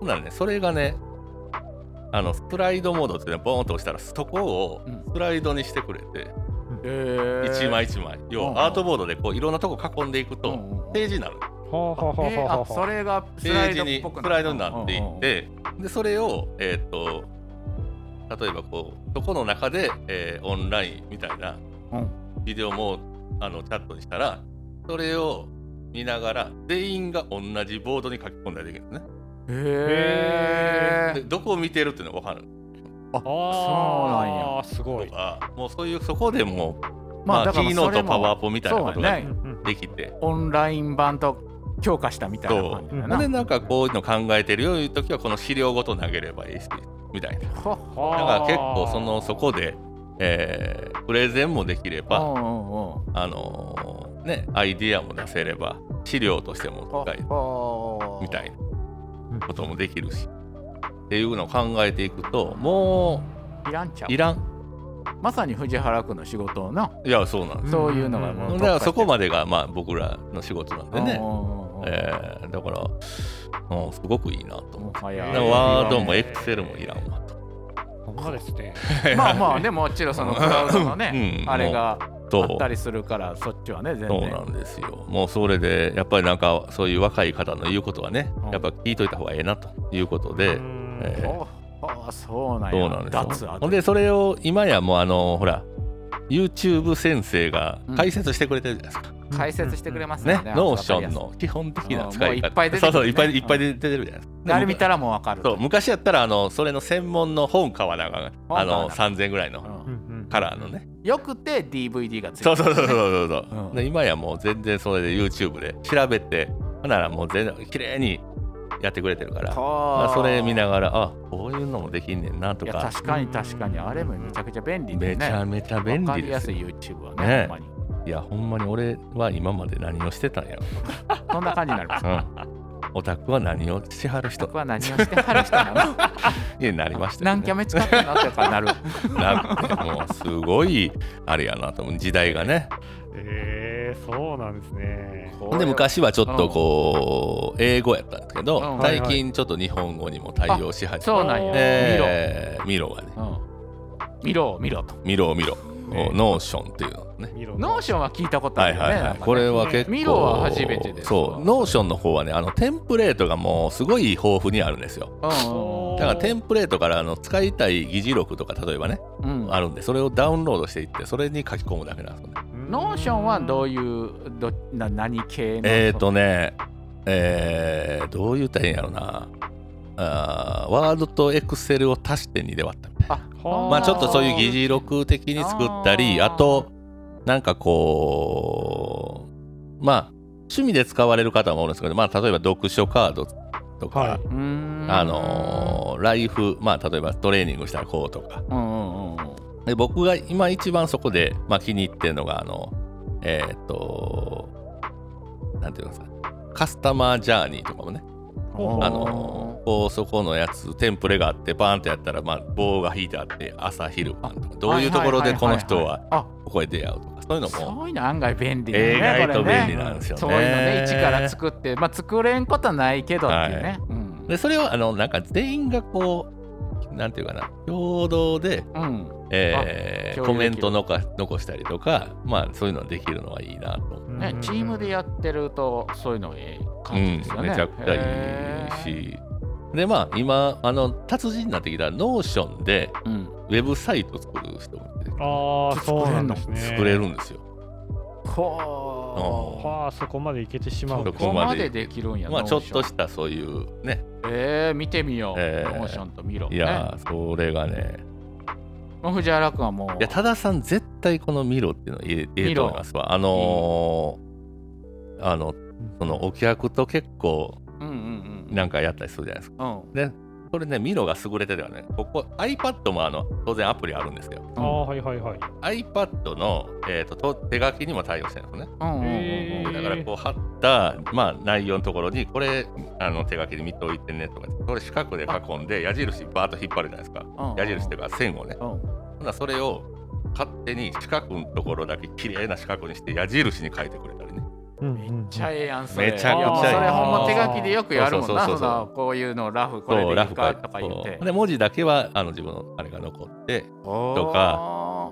Speaker 1: ほんならねそれがねあのスライドモードっていうのをボーンと押したらそこを
Speaker 3: うん
Speaker 1: スライドにしてくれて、
Speaker 3: えー
Speaker 1: 一枚一枚要
Speaker 3: うん
Speaker 1: はアートボードでこういろんなとこ囲んでいく
Speaker 3: うんう
Speaker 1: と
Speaker 3: んうん
Speaker 1: ページになる
Speaker 4: はあはあはあ
Speaker 3: えー
Speaker 4: はあ
Speaker 3: あ
Speaker 4: は
Speaker 3: そ
Speaker 4: あ。
Speaker 3: れがス
Speaker 1: ペ
Speaker 3: ラ
Speaker 1: ー
Speaker 3: イ
Speaker 1: ジ
Speaker 3: ド
Speaker 1: に
Speaker 3: っぽく
Speaker 1: スライドになっていって、でそれを、えー、と例えばこうそこの中で、えーオンラインみたいな
Speaker 3: うん
Speaker 1: ビデオもあのチャットにしたらそれを見ながら全員が同じボードに書き込んだりできるんですね。
Speaker 3: へえ
Speaker 1: でどこを見てるっていうのが分かる
Speaker 3: あそうなんや
Speaker 4: あーすご
Speaker 1: と
Speaker 4: い。
Speaker 1: かもうそういうそこでもう、ま
Speaker 3: まあ
Speaker 1: あ
Speaker 3: だ
Speaker 1: キ
Speaker 3: から
Speaker 1: ー
Speaker 3: そ
Speaker 1: ノー
Speaker 3: れ
Speaker 1: トパワー
Speaker 3: も
Speaker 1: ポみたいな
Speaker 3: そ
Speaker 1: こ
Speaker 3: う
Speaker 1: と
Speaker 3: や
Speaker 1: が
Speaker 3: ね
Speaker 4: うんうん
Speaker 1: できて。
Speaker 3: オンライン版と強化したみたいな感じだ
Speaker 1: ほん
Speaker 3: な
Speaker 1: でなんかこういうの考えてるよいう時はこの資料ごと投げればいいしみたいな。
Speaker 3: ほっ
Speaker 1: だから
Speaker 4: あー
Speaker 1: 結構そのそこで、えープレゼンもできれば、
Speaker 3: うんうんうん
Speaker 1: あのーねアイディアも出せれば資料としても使える
Speaker 3: ほっ
Speaker 1: みたいなこともできるし、っていうのを考えていくとも
Speaker 3: いらんちゃ
Speaker 1: ういうらん
Speaker 3: まさに藤原君の仕事な、
Speaker 1: いやそうなんです
Speaker 3: そういうのがもう
Speaker 1: だから
Speaker 3: 特化して
Speaker 1: そこまでがまあ僕らの仕事なんでね
Speaker 3: う、んうんうん
Speaker 1: えーだから、うん、すごくいいなと思
Speaker 3: も
Speaker 1: う
Speaker 3: は
Speaker 1: だ
Speaker 3: や
Speaker 1: からワードもエクセルもいらんわと
Speaker 4: ほんまですね。
Speaker 3: まあまあねもちろんそのクラウドのね、
Speaker 1: うん
Speaker 3: あれがあ
Speaker 1: と
Speaker 3: ったりするからそっちはね全然
Speaker 1: そうなんですよ。もうそれでやっぱりなんかそういう若い方の言うことはね、
Speaker 3: うん
Speaker 1: やっぱ聞いといた方がええなということで、
Speaker 4: うん
Speaker 1: えー
Speaker 3: ほほそうなんや
Speaker 1: そうなんです
Speaker 3: 脱
Speaker 1: よ
Speaker 3: ア。
Speaker 1: ほんでそれを今やもうあのほら YouTube 先生が解説してくれてるじゃないですか。
Speaker 3: 解説してくれます
Speaker 1: ね
Speaker 3: よ、ね
Speaker 1: ノーションの基本的な使い
Speaker 3: うんもういっぱい出
Speaker 1: 方。
Speaker 3: て
Speaker 1: そう
Speaker 3: くるね
Speaker 1: そういっぱいいっぱい出てるじゃないですか。
Speaker 3: あれ見た
Speaker 1: ら
Speaker 3: らもうわかる
Speaker 1: そう昔やったらあのそれの専門の本買わなあかん
Speaker 3: 本
Speaker 1: あ
Speaker 3: 買わなあ
Speaker 1: の
Speaker 3: か
Speaker 1: 3000ぐらいの
Speaker 3: う
Speaker 4: うんん
Speaker 1: カラーのね。
Speaker 3: よくて DVD がついて
Speaker 1: そう
Speaker 3: る
Speaker 1: そうそうそうそうそう、
Speaker 3: うん
Speaker 1: で今やもう全然それで YouTube で調べてほんならもう全然綺麗にやってくれてるからま
Speaker 3: は
Speaker 1: あそれ見な
Speaker 3: が
Speaker 1: がらあこういうのもできんねんなと
Speaker 3: いや
Speaker 1: か
Speaker 3: 確かに確かにあれもめちゃくちゃ便利でね
Speaker 1: めちゃめちゃ便
Speaker 3: わか
Speaker 1: 利
Speaker 3: り
Speaker 1: で
Speaker 3: や
Speaker 1: す
Speaker 3: す
Speaker 1: よ
Speaker 3: い YouTube は
Speaker 1: ね
Speaker 3: ねほんまに
Speaker 1: いやほんまに俺は今まで何をしてたん やろ、
Speaker 3: そんな感じになります
Speaker 1: うん、オタクは何をしはる人
Speaker 3: 僕は何をしてはる人なの
Speaker 1: になりま したよ
Speaker 3: 何キャメ使ってんのと かなる
Speaker 1: なんかねもうすごいあれやなと思う時代が ね
Speaker 4: えー、そうなんですね。
Speaker 1: で昔はちょっとこう英語やったんですけ
Speaker 3: う
Speaker 1: ど
Speaker 3: ん
Speaker 1: 最近ちょっと日本語にも対応しはじめ
Speaker 3: そうなんや、
Speaker 1: えーミロがね
Speaker 3: 見ろ、うん、見ろ見ろと
Speaker 1: ミロミロ、
Speaker 4: ね
Speaker 1: ノーションっていうのね。
Speaker 4: 見ろ
Speaker 3: ノーションは聞いたことあ
Speaker 1: は
Speaker 3: る
Speaker 1: い
Speaker 3: よ
Speaker 1: はい
Speaker 3: ね
Speaker 1: はい、
Speaker 3: こ
Speaker 1: こ
Speaker 3: れ
Speaker 1: れは結構
Speaker 3: ミロは初めてです
Speaker 1: そうノーションの方はねあのテンプレートがもうすごい豊富にあるんですよ
Speaker 3: うん
Speaker 1: だからテンプレートからあの使いたい議事録とか例えばね
Speaker 3: うん
Speaker 1: あるんでそれをダウンロードしていってそれに書き込むだけなんですよね
Speaker 3: ノーションはどう
Speaker 4: い
Speaker 3: いうどな何系の
Speaker 1: えーとねえー、どう言ったらいいんやろなあーワードとエクセルを足して2で割ったみたいな
Speaker 4: あー
Speaker 1: まあちょっとそういう議事録的に作ったり
Speaker 3: あ
Speaker 1: あ
Speaker 3: ー
Speaker 1: となんかこまあ趣味で使われる方もおるんですけど、まあ、例えば読書カードとか、
Speaker 4: はいう
Speaker 3: ーん
Speaker 1: あのーライフ、まあ、例えばトレーニングしたらこうとか
Speaker 3: うんうんうんうん
Speaker 1: で僕が今一番そこで、まあ、気に入ってるのがあのえーっとなんていうんですかカスタマージャーニーとかもね
Speaker 4: ほう
Speaker 1: あのーこうそこのやつテンプレがあってバーンってやったら、まあ、棒が引いてあって朝昼晩とかどういうところでこの人は
Speaker 3: あ
Speaker 1: ここへ出会うとかそういうのも
Speaker 3: そういうの案外便利だ
Speaker 1: 意
Speaker 3: ね
Speaker 1: 外と
Speaker 3: これ
Speaker 1: 便利
Speaker 3: ね
Speaker 1: なんですよね。
Speaker 3: そういうのね一から作ってまあ作れんことはないけどっていう
Speaker 1: は
Speaker 3: ねうん
Speaker 1: でそれをあのなんか全員がこうなんていうかな共同で、
Speaker 3: うん
Speaker 1: えー
Speaker 3: あ
Speaker 1: コメントのか残したりとか、まあ、そういうのできるのはいいなと、
Speaker 3: ねチームでやってるとそういうのええ
Speaker 1: う
Speaker 3: 感じ
Speaker 1: ん
Speaker 3: ですよね
Speaker 1: めちゃくちゃいいしでまあ今あの達人になってきたノーションで
Speaker 3: へーうん
Speaker 1: ウェブサイト作る人も出てきて
Speaker 4: ああそうなんですね
Speaker 1: 作れるんですよ。
Speaker 3: こう
Speaker 4: はあそこまでいけてしま
Speaker 3: そう
Speaker 1: そ
Speaker 3: こ
Speaker 1: こ
Speaker 3: ま
Speaker 1: まで
Speaker 3: でできるんや
Speaker 1: まあ、
Speaker 3: ノ
Speaker 1: ちょ
Speaker 3: ー
Speaker 1: っ
Speaker 3: ション
Speaker 1: としたそういうね
Speaker 3: えー、見てみよう、
Speaker 1: えー
Speaker 3: ノーションと見ろ
Speaker 1: いやーそれがね
Speaker 3: ねもう藤原君はもう
Speaker 1: いや多田さん絶対この「ミロ」っていうの入れ入れと思いますわあのーあのそのお客と結構
Speaker 3: うんうんうん
Speaker 1: なんかやったりするじゃないですか
Speaker 3: うん
Speaker 1: これねミロが優れてるよねここ iPad もあの当然アプリあるんですけど
Speaker 4: ああはいはいはい
Speaker 1: iPad の、えー、とと手書きにも対応してるんですね
Speaker 3: うんうんうんうん
Speaker 4: へー
Speaker 1: だからこう貼った、まあ、内容のところにこれあの手書きで見ておいてねとかこれ四角で囲んで矢印バーッと引っ張るじゃないですか
Speaker 3: うんうん
Speaker 1: 矢印っていうか線をね
Speaker 3: うん
Speaker 1: ほなそれを勝手に四角のところだけ綺麗な四角にして矢印に書いてくれたりね。
Speaker 4: めっ
Speaker 3: めっちゃええやんそれ
Speaker 1: めちゃ
Speaker 4: くちゃええ
Speaker 3: いやそれほんま手書きでよくやるもんな
Speaker 1: そうそうそうそう
Speaker 3: そのこういうのラフこ
Speaker 1: そ
Speaker 3: れで
Speaker 1: う
Speaker 3: い
Speaker 1: ラ
Speaker 3: い
Speaker 1: フ書
Speaker 3: か
Speaker 1: いて
Speaker 3: とか言って
Speaker 1: そうで文字だけはあの自分のあれが残って
Speaker 3: と
Speaker 1: か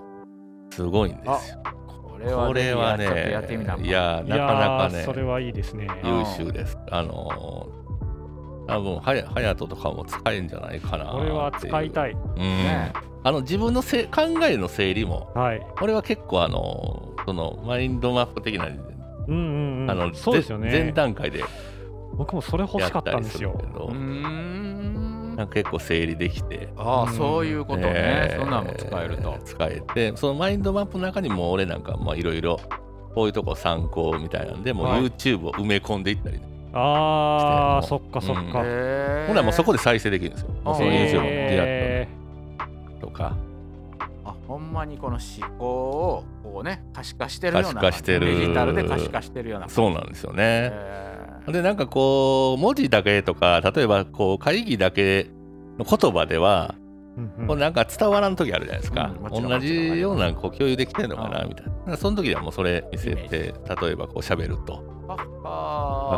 Speaker 1: すごいんですよ。
Speaker 3: これは
Speaker 1: これはね
Speaker 3: ちょっとやってみなも
Speaker 1: いや
Speaker 4: い
Speaker 1: な
Speaker 4: や
Speaker 1: かなか
Speaker 4: ーそれ
Speaker 1: ね
Speaker 4: はいいですね
Speaker 1: 優秀です。あのー多分はやはやととかも使えんじゃないかなっていう。
Speaker 4: これは使いたい
Speaker 1: うん。
Speaker 3: ね
Speaker 1: あの自分のせ考えの整理も
Speaker 4: はい
Speaker 1: これは結構あのーそのマインドマップ的な、
Speaker 4: うんうんうん
Speaker 1: あの
Speaker 4: そうですよね
Speaker 1: 前前段階で
Speaker 4: 僕もそれ欲
Speaker 1: や
Speaker 4: しか
Speaker 1: っ
Speaker 4: ったたん
Speaker 1: り
Speaker 4: ですす
Speaker 1: る
Speaker 4: よ
Speaker 1: けど
Speaker 3: うー。ん
Speaker 1: なんか結構整理できて、
Speaker 3: あ
Speaker 4: う
Speaker 3: あ
Speaker 4: ん
Speaker 3: そういうことね
Speaker 1: えー
Speaker 3: そんなんも使えると
Speaker 1: 使えてそのマインドマップの中にも俺なんかまあいろいろこういうとこ参考みたいなんでもう
Speaker 3: はい
Speaker 1: YouTube を埋め込んでいったりね、
Speaker 4: ああ
Speaker 1: して
Speaker 4: そっかそっ
Speaker 1: うん
Speaker 4: か、
Speaker 3: へー
Speaker 1: ほんならもうそこで再生できるんですよ
Speaker 3: あ
Speaker 1: その YouTube の出
Speaker 4: へ
Speaker 1: 会ったとか
Speaker 3: あほんまにこの思考をこうね可視化してるよ
Speaker 1: 可
Speaker 3: うな
Speaker 1: 視化してる
Speaker 3: デジタルで可視化してるような
Speaker 1: そううなんですよね、
Speaker 3: へ
Speaker 1: でなんかこう文字だけとか例えばこう会議だけの言葉では、
Speaker 4: ーうんうん
Speaker 1: こうなんか伝わらん時あるじゃないですか、
Speaker 3: うんもちろん
Speaker 1: 同じようなこう共有できてるのか
Speaker 3: あ
Speaker 1: な
Speaker 3: ー
Speaker 1: みたいなその時にはもうそれ見せ
Speaker 3: イメー
Speaker 1: て
Speaker 3: ジ
Speaker 1: 例えばこう喋ると
Speaker 3: わ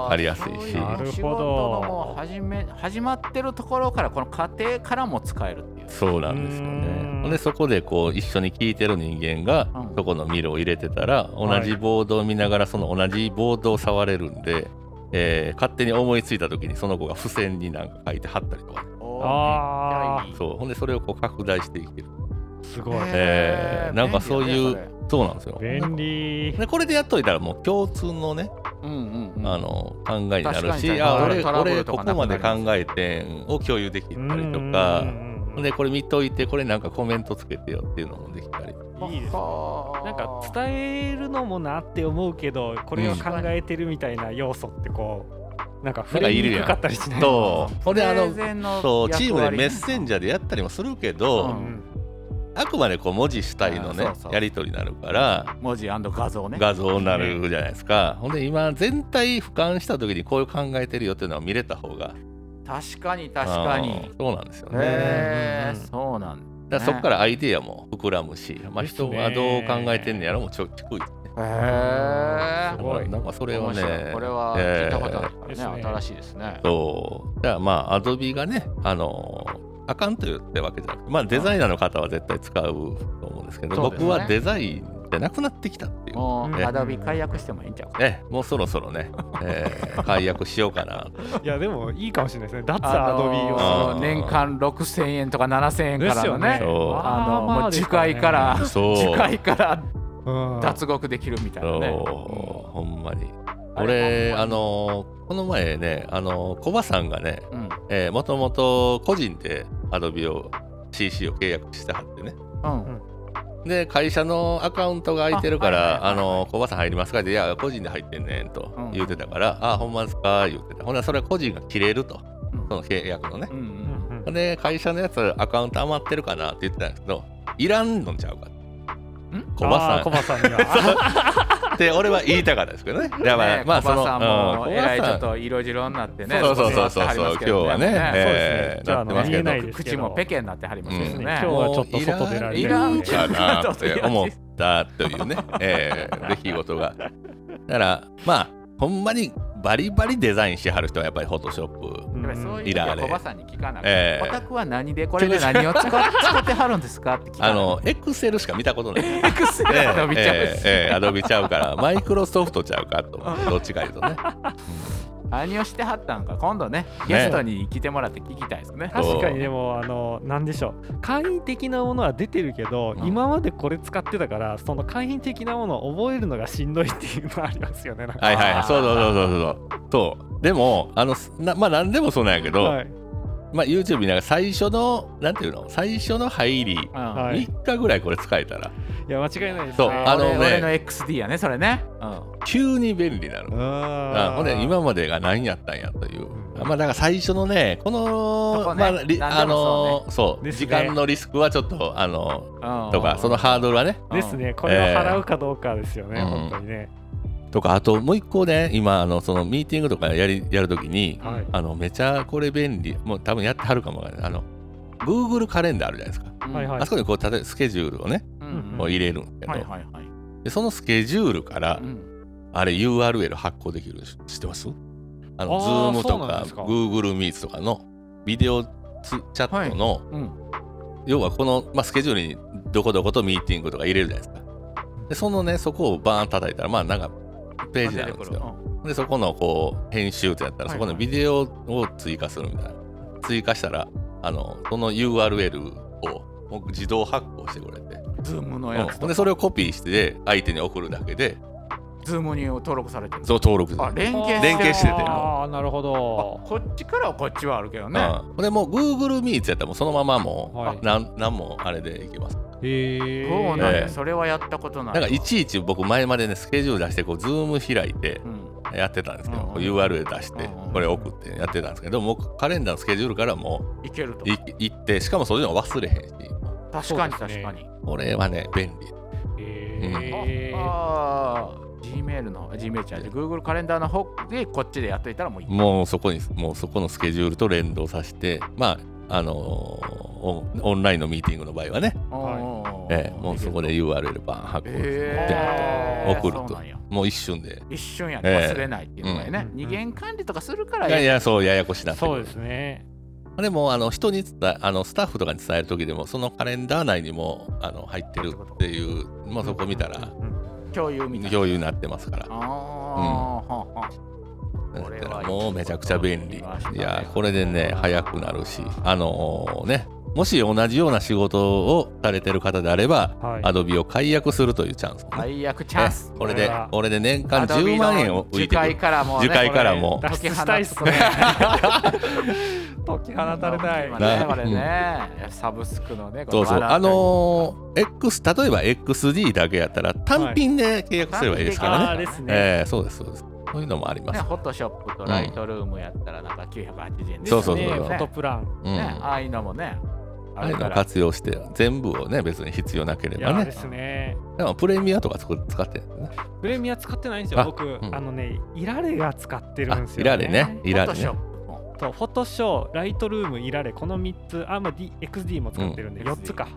Speaker 1: わかりやすいし
Speaker 3: な
Speaker 1: な
Speaker 3: る
Speaker 4: るほど
Speaker 3: ほど。もう始め始まってるところからこの過程からも使えるっていう。
Speaker 1: そうなんですよ
Speaker 4: うーん
Speaker 1: ね。でそこでこう一緒に聞いてる人間が
Speaker 3: うん
Speaker 1: そこのミルを入れてたら同
Speaker 4: はい
Speaker 1: じボードを見ながらその同じボードを触れるんで、えー勝手に思いついた時にその子が付箋になんか書いて貼ったりとかね
Speaker 3: おー
Speaker 4: あー
Speaker 3: めっちゃいい
Speaker 1: そうほんでそれをこう拡大していける
Speaker 4: すごい
Speaker 1: えーなんかそういう
Speaker 3: 便利だね
Speaker 1: そうなんですよ。
Speaker 4: 便利
Speaker 1: でこれでやっといたらもう共通のね、
Speaker 3: それうんうんうん。
Speaker 1: あの考えになる
Speaker 3: 確かに
Speaker 1: しあ
Speaker 4: はい
Speaker 1: 俺
Speaker 3: トラブル
Speaker 1: 俺
Speaker 3: と
Speaker 1: ここ
Speaker 3: かなくな
Speaker 1: ま
Speaker 3: りま
Speaker 1: です考えてんを共有できたりと
Speaker 4: うん
Speaker 1: か
Speaker 4: うんうんうん
Speaker 1: でこれ見といてこれなんかコメントつけてよっていうのもできたり
Speaker 4: いいです
Speaker 3: はあ
Speaker 4: なんか伝えるのもなって思うけどこれを考えてるみたいな要素ってこうなんか触れにくかったりしない
Speaker 1: とほんであの
Speaker 3: プレゼンの
Speaker 1: そう
Speaker 3: 役
Speaker 1: チ
Speaker 3: 割ね
Speaker 1: ームでメッセンジャーでやったりもするけど、
Speaker 3: うん
Speaker 1: あくまでこう文字主体のね
Speaker 3: あーそうそう
Speaker 1: やり取りになるから
Speaker 3: 文字画像ね。
Speaker 1: 画像になるじゃないですか、ほんで今全体俯瞰した時にこういう考えてるよっていうのは見れた方が
Speaker 3: 確かに確かに
Speaker 1: うん。そうなんですよね、
Speaker 3: へ
Speaker 4: うんうん
Speaker 3: ー
Speaker 4: うん
Speaker 3: そうなん
Speaker 1: だからそこからアイデアも膨らむし、まあ、
Speaker 4: ですね
Speaker 1: 人はどう考えてんねやろもちょっと低い
Speaker 3: だ。へ
Speaker 4: す
Speaker 3: え。
Speaker 4: ごい
Speaker 1: なんかそれをね
Speaker 3: これは聞いたことあ
Speaker 1: えー
Speaker 4: で
Speaker 3: るから
Speaker 4: す
Speaker 3: ね。
Speaker 4: ね
Speaker 3: 新しいですね。
Speaker 1: そうだからまあアドビがねあのーあかんと言ってわけじゃなくて、まあ、デザイナーの方は絶対使うと思うんですけど
Speaker 3: そうですね
Speaker 1: 僕はデザインじゃなくなってきたっていう
Speaker 3: もう
Speaker 1: ね
Speaker 3: アドビ解約してもいいんちゃうか。
Speaker 1: ええもうそろそろね、え え解約しようかなと
Speaker 4: いやでもいいかもしれないですね脱
Speaker 3: あ
Speaker 4: ア
Speaker 3: の
Speaker 4: ドビを
Speaker 1: あ
Speaker 4: す
Speaker 1: のー
Speaker 3: 年間6000円とか7000円
Speaker 4: る
Speaker 3: からのね
Speaker 1: そう
Speaker 3: あの
Speaker 4: ま
Speaker 3: もう
Speaker 4: です
Speaker 3: 樹
Speaker 4: らね
Speaker 3: 海から
Speaker 1: そう
Speaker 3: 樹海から
Speaker 4: うん
Speaker 3: 脱獄できるみたいなね
Speaker 1: そうほんまに
Speaker 3: あ
Speaker 1: 俺
Speaker 3: れ
Speaker 1: あのこの前ねあのコバさんがね
Speaker 3: うんうん
Speaker 1: もともと個人でアドビを CC を契約してはってね
Speaker 3: うん
Speaker 1: で会社のアカウントが空いてるか
Speaker 3: あはい
Speaker 1: ら「
Speaker 3: はい
Speaker 1: あ
Speaker 3: はいはい
Speaker 1: の小林さん入りますか?」って「いや個人で入ってんねん」と
Speaker 3: うん
Speaker 1: 言うてたから「あほんまですか?」言ってたほなそれは個人が切れるとその契約のね
Speaker 3: うんう
Speaker 4: うんん
Speaker 1: で会社のやつアカウント余ってるかなって言ってたんですけど「いらんのちゃうか」小
Speaker 4: あー
Speaker 1: 林
Speaker 4: コ
Speaker 1: さ
Speaker 4: バさんに は
Speaker 1: んって俺は言いたかったですけどね。だから、
Speaker 3: ね
Speaker 1: まあそ
Speaker 3: 小
Speaker 1: の、
Speaker 3: 葉さんも
Speaker 1: うん
Speaker 3: えらいちょっと色白になってね。
Speaker 1: そうそうそうそう
Speaker 3: 座ってはりますけど
Speaker 1: 今日はねえ
Speaker 4: え
Speaker 1: ーなってますけど
Speaker 4: じゃああの見えないですけ
Speaker 3: 口
Speaker 4: ど
Speaker 3: もペケになってはりますけど
Speaker 1: うん
Speaker 3: ね。
Speaker 4: 今日はちょっと外出られて
Speaker 1: い
Speaker 4: る
Speaker 1: ら
Speaker 4: ん
Speaker 1: ん
Speaker 4: で
Speaker 1: かなって思ったという ね、えー出来事が。だからまあほんまにバリバリデザインしてはる人はやっぱりフォトショップ。
Speaker 3: やっぱりそういう
Speaker 1: い
Speaker 3: 時
Speaker 1: ら
Speaker 3: は
Speaker 1: れ
Speaker 3: 小葉さんに聞かなく
Speaker 1: え
Speaker 3: て、
Speaker 1: え
Speaker 3: お宅は何でこれで何 を使っ使ってはるんですかって聞
Speaker 1: あ
Speaker 3: かな
Speaker 1: のエクセルしか見たことない。
Speaker 3: エクセル
Speaker 1: え
Speaker 3: アドビちゃう
Speaker 1: え
Speaker 3: し
Speaker 1: ええアドビちゃうからマイクロソフトちゃうかとどっちかいうとね
Speaker 3: 何をしてはったんか今度ねゲストに来てもらって聞きたいですね
Speaker 4: 確かにでもあの何でしょう簡易的なものは出てるけど、
Speaker 1: うん
Speaker 4: 今までこれ使ってたからその簡易的なものを覚えるのがしんどいっていうのはありますよねなんか
Speaker 1: はいはいそうそうそうそうそうそうでもあのなまあ何でもそうなんやけど、
Speaker 4: はい
Speaker 1: まあ YouTube 見ながら最初のなんていうの最初の入り
Speaker 3: うん
Speaker 4: はい
Speaker 1: 3日ぐらいこれ使えたら
Speaker 4: いや間違いないです
Speaker 1: そう
Speaker 4: ね
Speaker 1: あのね
Speaker 3: 俺俺の XD やねそれね、うん
Speaker 1: 急に便利なのあ
Speaker 4: あ
Speaker 1: ほんで今までが何やったんやという、
Speaker 4: うん
Speaker 1: まあだから最初のねこ
Speaker 3: そ
Speaker 1: の
Speaker 3: こね
Speaker 1: まありあ
Speaker 3: 何でも
Speaker 1: のそう
Speaker 4: ですね
Speaker 1: 時間のリスクはちょっとあの
Speaker 3: うん
Speaker 1: とかそのハードルはね
Speaker 4: ですねこれを払うかどうかですよね、
Speaker 1: ええ
Speaker 4: 本当にね、
Speaker 1: とかあともう一個ね今あのそのミーティングとかやりやるときに
Speaker 4: はい
Speaker 1: あのめちゃこれ便利もう多分やってはるかもわからないあの Google カレンダーあるじゃないですか、
Speaker 3: うん
Speaker 4: はいはい
Speaker 1: あそこにこう例えばスケジュールをね
Speaker 3: うん
Speaker 4: うん
Speaker 1: もう入れるんですけど、
Speaker 3: はいはいはい、
Speaker 1: でそのスケジュールから、
Speaker 3: うん
Speaker 1: あれ URL 発行できるの知知ってますあの
Speaker 4: あー
Speaker 1: Zoom
Speaker 4: そ
Speaker 1: と
Speaker 4: うなん
Speaker 1: か
Speaker 4: ですか
Speaker 1: Google Meets とかのビデオつチャットの、
Speaker 3: うん
Speaker 1: 要はこの、まあ、スケジュールにどこどことミーティングとか入れるじゃないですかでそのねそこをバーン叩いたらまあなんかページになるんですよ、でそこのこう編集ってやったら
Speaker 3: は
Speaker 1: そ
Speaker 3: いは
Speaker 1: この
Speaker 3: い
Speaker 1: ビデオを追加するみたいな、追加したらあのその URL をもう自動発行してくれて、
Speaker 3: ズームのや
Speaker 1: うん、
Speaker 3: つと
Speaker 1: で
Speaker 3: か、
Speaker 1: それをコピーして相手に送るだけで
Speaker 3: ズームに登録されてる
Speaker 1: そう登録する
Speaker 3: あ連携
Speaker 1: 連携してて
Speaker 4: ああなるほど
Speaker 3: こっちからはこっちはあるけどね、
Speaker 1: うん、でもう Google Meets やったらもうそのままもう、
Speaker 4: はい
Speaker 1: なんなんもあれでいけます
Speaker 4: へえ
Speaker 3: そうなんや、
Speaker 1: ええ
Speaker 3: それはやったことない
Speaker 1: なんかいちいち僕前までねスケジュール出してこう Zoom 開いて
Speaker 3: うん
Speaker 1: やってたんですけど、
Speaker 3: うん
Speaker 1: こう URL 出して
Speaker 3: うん
Speaker 1: これ送ってやってたんですけどもうカレンダーのスケジュールからも
Speaker 3: いけると
Speaker 1: うい行ってしかもそういうの忘れへんし
Speaker 3: 確かに
Speaker 4: そう
Speaker 3: 確
Speaker 4: ですね
Speaker 3: かに、
Speaker 1: これはね便利
Speaker 4: へー
Speaker 3: ああ Gmail の Gmail じゃない Google カレンダーの方でこっちでやっといたらもういい
Speaker 1: もうそこにもうそこのスケジュールと連動させてまああのーオンオンラインのミーティングの場合はね、
Speaker 4: はい
Speaker 3: おー
Speaker 1: ええもうそこで URL バーン発行して、
Speaker 3: えー
Speaker 1: 送ると
Speaker 3: そうなんや
Speaker 1: もう一瞬で
Speaker 3: 一瞬や
Speaker 1: え
Speaker 3: ね
Speaker 1: え
Speaker 3: 忘れないっていうのがね、
Speaker 4: うん
Speaker 3: 二元管理とかするから
Speaker 1: いやい
Speaker 3: や
Speaker 1: やそうややこしなってくる
Speaker 4: そうですね
Speaker 1: でもあの人に伝えあのスタッフとかに伝える時でもそのカレンダー内にもあの入ってるっていう、まあ、そこ見たら
Speaker 3: 共有みたいな
Speaker 1: 共有になってますから
Speaker 3: あーはんはんこれはいい
Speaker 1: もうめちゃくちゃ便利
Speaker 3: これはいいこと
Speaker 1: いやこれでね早くなるしあのねもし同じような仕事をされてる方であれば、
Speaker 4: はい
Speaker 1: Adobe を解約するというチャンスね、
Speaker 3: 最悪チャンス
Speaker 1: ねこれ
Speaker 4: これ
Speaker 1: で
Speaker 4: は
Speaker 1: これで年間10万円を浮い
Speaker 3: 次
Speaker 1: てく
Speaker 3: 回
Speaker 1: る
Speaker 3: からもう、ね、
Speaker 1: 樹海からも
Speaker 3: これ
Speaker 4: 脱出したいっす
Speaker 3: 解
Speaker 4: ね
Speaker 3: き放つ
Speaker 4: 解き放たれたい
Speaker 3: 今
Speaker 1: な
Speaker 3: ねこれねサブスクのね
Speaker 1: そうそう
Speaker 3: この笑
Speaker 1: あ
Speaker 3: ったり
Speaker 1: のー X 例えば XD だけやったら単品で契約すればいいですからね、
Speaker 4: ああですね、
Speaker 1: えー、そうですそうですそういうのもあります
Speaker 3: ね、フォトショップとライトルームやったらなんか980円で
Speaker 1: そうそうそう
Speaker 4: ですね
Speaker 1: そう
Speaker 4: フォトプラン
Speaker 1: うん、
Speaker 3: ね
Speaker 1: あ
Speaker 3: ああいうのもね
Speaker 1: あい
Speaker 3: ある
Speaker 1: うの
Speaker 3: か
Speaker 1: を
Speaker 3: ら
Speaker 1: 活用して全部をね別に必要なけれ
Speaker 4: い
Speaker 1: ば
Speaker 4: やで
Speaker 1: ね
Speaker 4: すね
Speaker 1: でもプレミアとか作使ってるんだね
Speaker 4: プレミア使ってないんですよ
Speaker 1: あ
Speaker 4: 僕、
Speaker 1: ん
Speaker 4: あのねイラレが使ってるんで
Speaker 1: あ
Speaker 4: すよ、ね、
Speaker 1: いられねいられ
Speaker 3: フォトシ
Speaker 1: ね
Speaker 3: ョップも
Speaker 4: とフォトショーライトルームイラレこの3つあまあ、D、XD も使ってるんで、
Speaker 3: うん
Speaker 4: 4つか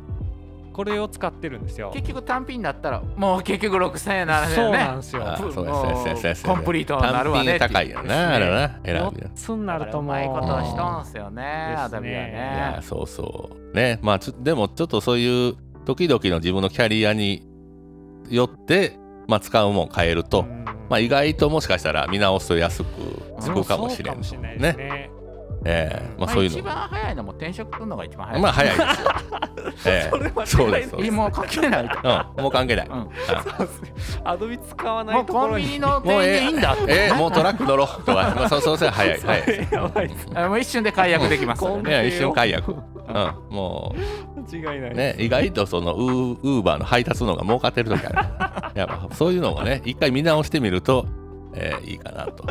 Speaker 4: これを使ってるんですよ
Speaker 3: 結局単品だったらもう結局6000円ならね
Speaker 4: そうなんですよ
Speaker 1: あ
Speaker 3: プ
Speaker 1: そうですそうですそうです
Speaker 3: コンプリートになるわねっていう
Speaker 1: 単品高いよなあれな選び
Speaker 4: 4つになると
Speaker 3: う
Speaker 4: も
Speaker 3: まいことをし
Speaker 1: と
Speaker 3: とんすよね、
Speaker 4: うん
Speaker 3: アダビは
Speaker 1: ないや
Speaker 3: ね。
Speaker 1: そうそうねまあちょでもちょっとそういう時々の自分のキャリアによって、まあ、使うもん変えると、
Speaker 4: うん
Speaker 1: まあ、意外ともしかしたら見直すと安くつくかもしれ
Speaker 4: そうか
Speaker 1: ん
Speaker 4: もしれないです
Speaker 1: ね、
Speaker 4: ね
Speaker 1: えーまあ、
Speaker 3: まあ
Speaker 1: そういう
Speaker 3: 一
Speaker 1: のも
Speaker 3: 番早いのも転職するのが一番早い。
Speaker 1: まあ早い ですよ、え
Speaker 4: それは
Speaker 1: ー、そうですそう
Speaker 3: い
Speaker 1: です、
Speaker 3: いもう関係ないと。
Speaker 1: うん、もう関係ない、
Speaker 3: うん
Speaker 1: あ
Speaker 4: アドビ使わな
Speaker 3: もう
Speaker 4: いとこ
Speaker 3: コ
Speaker 4: ろ
Speaker 3: ンビ
Speaker 4: に
Speaker 3: ニの店員でいいんだって。
Speaker 1: えー、もうトラック乗ろうとか、まあ、そうそう そう早い早いです
Speaker 4: やばいっす
Speaker 3: あもう一瞬で解約できますから
Speaker 4: コン
Speaker 1: い
Speaker 4: ビ
Speaker 3: ね。
Speaker 1: や一瞬解約うんもう
Speaker 4: 違いないです
Speaker 1: ね、意外とそのウーウーバーの配達の方が儲かってる時あるやっぱそういうのもね一回見直してみると、えーいいかなと。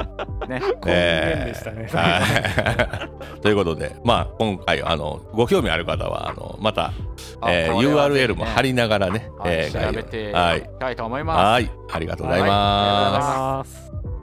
Speaker 3: ね、
Speaker 4: こういう面でしたね。。
Speaker 1: はい ということで、まあ、今回あのご興味ある方はあのまた、えー
Speaker 3: あこれはぜひね
Speaker 1: URL も貼りながらね、
Speaker 3: はい
Speaker 1: えー概要
Speaker 3: 調べて
Speaker 1: はい
Speaker 3: いきたいと思います。
Speaker 1: はいありがとうございます。
Speaker 3: ありがとうございますす